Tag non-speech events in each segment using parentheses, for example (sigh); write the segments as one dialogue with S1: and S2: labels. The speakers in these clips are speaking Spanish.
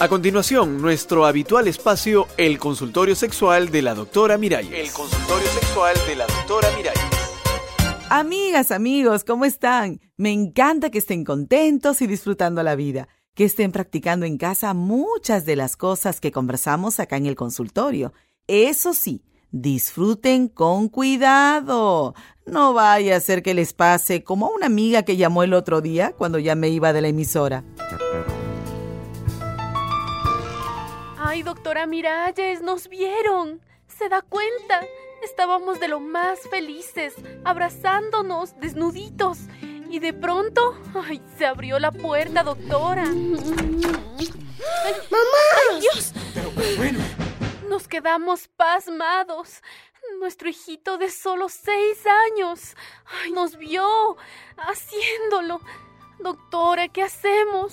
S1: A continuación, nuestro habitual espacio, el consultorio sexual de la doctora Miralles. El consultorio sexual de la doctora Miralles.
S2: Amigas, amigos, ¿cómo están? Me encanta que estén contentos y disfrutando la vida, que estén practicando en casa muchas de las cosas que conversamos acá en el consultorio. Eso sí, disfruten con cuidado. No vaya a ser que les pase como a una amiga que llamó el otro día cuando ya me iba de la emisora.
S3: Ay, doctora Miralles, nos vieron. ¿Se da cuenta? Estábamos de lo más felices, abrazándonos, desnuditos. Y de pronto, ay, se abrió la puerta, doctora. ¡Mamá! ¡Ay, Dios! Nos quedamos pasmados. Nuestro hijito de solo seis años. Ay, nos vio haciéndolo. Doctora, ¿qué hacemos?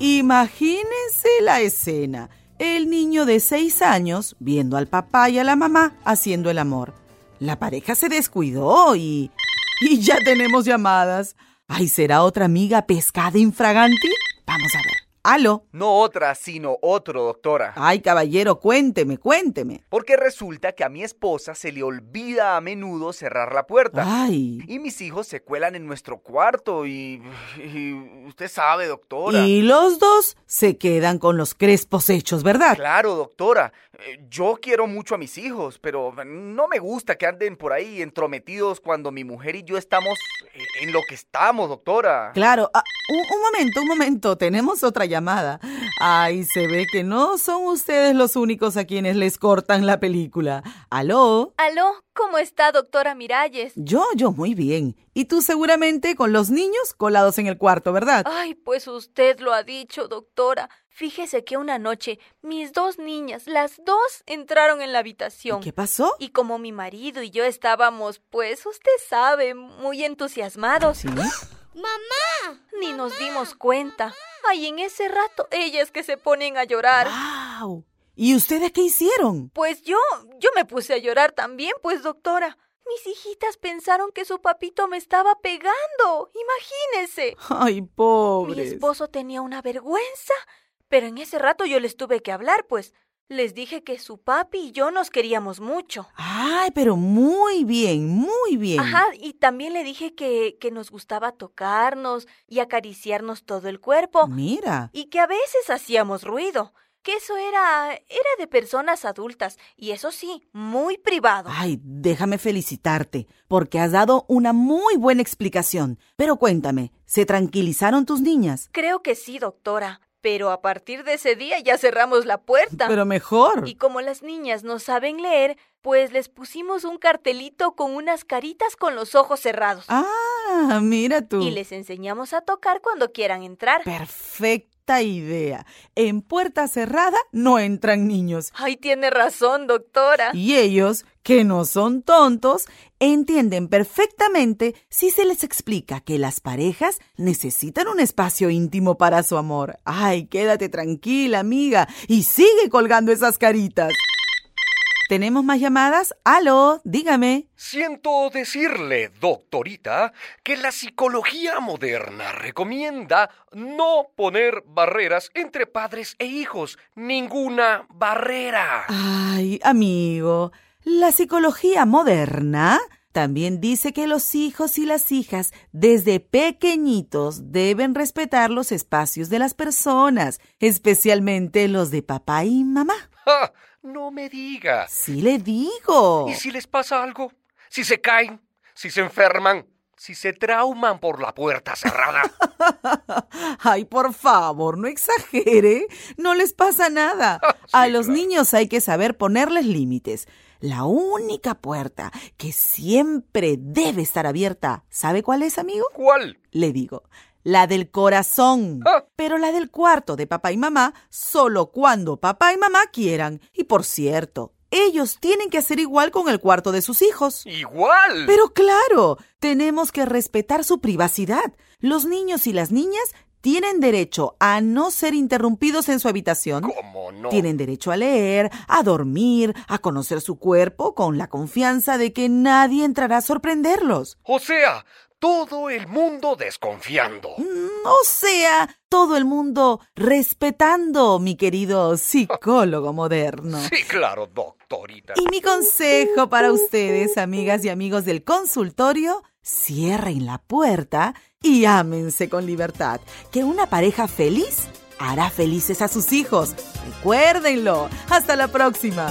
S2: Imagínense la escena. El niño de seis años viendo al papá y a la mamá haciendo el amor. La pareja se descuidó y... Y ya tenemos llamadas. Ay, ¿será otra amiga pescada infraganti? Vamos a ver. Aló.
S4: No otra, sino otro, doctora.
S2: Ay, caballero, cuénteme, cuénteme.
S4: Porque resulta que a mi esposa se le olvida a menudo cerrar la puerta.
S2: Ay.
S4: Y mis hijos se cuelan en nuestro cuarto y... y usted sabe, doctora.
S2: Y los dos se quedan con los crespos hechos, ¿verdad?
S4: Claro, doctora. Eh, Yo quiero mucho a mis hijos, pero no me gusta que anden por ahí entrometidos cuando mi mujer y yo estamos eh, en lo que estamos, doctora.
S2: Claro, ah, un, un momento, un momento, tenemos otra llamada. Ay, se ve que no son ustedes los únicos a quienes les cortan la película. Aló.
S3: Aló, ¿cómo está, doctora Miralles?
S2: Yo, yo, muy bien. Y tú seguramente con los niños colados en el cuarto, ¿verdad?
S3: Ay, pues usted lo ha dicho, doctora. Fíjese que una noche mis dos niñas, las dos, entraron en la habitación.
S2: ¿Qué pasó?
S3: Y como mi marido y yo estábamos, pues usted sabe, muy entusiasmados. Ni nos dimos cuenta. Ay, en ese rato ellas que se ponen a llorar.
S2: Ah. ¡Wow! ¿Y ustedes qué hicieron?
S3: Pues yo, yo me puse a llorar también, pues doctora. Mis hijitas pensaron que su papito me estaba pegando. Imagínese.
S2: Ay,
S3: Mi
S2: pobres.
S3: esposo tenía una vergüenza. Pero en ese rato yo les tuve que hablar, pues. Les dije que su papi y yo nos queríamos mucho.
S2: Ay, pero muy bien, muy bien.
S3: Ajá, y también le dije que, que nos gustaba tocarnos y acariciarnos todo el cuerpo.
S2: Mm. Mira.
S3: y que a veces hacíamos ruido, que eso era era de personas adultas y eso sí, muy privado.
S2: Ay, déjame felicitarte, porque has dado una muy buena explicación. Pero cuéntame, ¿se tranquilizaron tus niñas?
S3: Creo que sí, doctora, pero a partir de ese día ya cerramos la puerta.
S2: Pero mejor.
S3: Y como las niñas no saben leer, pues les pusimos un cartelito con unas caritas con los ojos cerrados
S2: Ah, mira tú.
S3: y les enseñamos a tocar cuando quieran entrar.
S2: Perfecta idea. En puerta cerrada no entran niños.
S3: Ay, tiene razón, doctora.
S2: Y ellos, que no son tontos, entienden perfectamente si se les explica que las parejas necesitan un espacio íntimo para su amor. Ay, quédate tranquila, amiga, y sigue colgando esas caritas. ¿Tenemos más llamadas? Aló, dígame.
S5: Siento decirle, doctorita, que la psicología moderna recomienda no poner barreras entre padres e hijos. Ninguna barrera.
S2: Ah. Ay, amigo, la psicología moderna también dice que los hijos y las hijas desde pequeñitos deben respetar los espacios de las personas, especialmente los de papá y mamá.
S5: ¡Ja! Ah, No me digas.
S2: Sí le digo.
S5: ¿Y si les pasa algo? Si se caen, si se enferman, si se trauman por la puerta cerrada.
S2: Ay, por favor, no exagere. No les pasa nada.
S5: (laughs) Sí,
S2: A los
S5: claro.
S2: niños hay que saber ponerles límites. La única puerta que siempre debe estar abierta, ¿sabe cuál es, amigo?
S5: ¿Cuál?
S2: le digo. La del corazón.
S5: Ah.
S2: Pero la del cuarto de papá y mamá, solo cuando papá y mamá quieran. Y por cierto, ellos tienen que hacer igual con el cuarto de sus hijos.
S5: Igual.
S2: Pero claro, tenemos que respetar su privacidad. Los niños y las niñas tienen derecho a no ser interrumpidos en su habitación.
S5: ¿Cómo no?
S2: Tienen derecho a leer, a dormir, a conocer su cuerpo con la confianza de que nadie entrará a sorprenderlos.
S5: O sea, Todo el mundo desconfiando.
S2: Mm, O sea, todo el mundo respetando, mi querido psicólogo moderno.
S5: Sí, claro, doctorita.
S2: Y mi consejo para ustedes, amigas y amigos del consultorio, cierren la puerta y ámense con libertad, que una pareja feliz hará felices a sus hijos. Recuérdenlo. Hasta la próxima.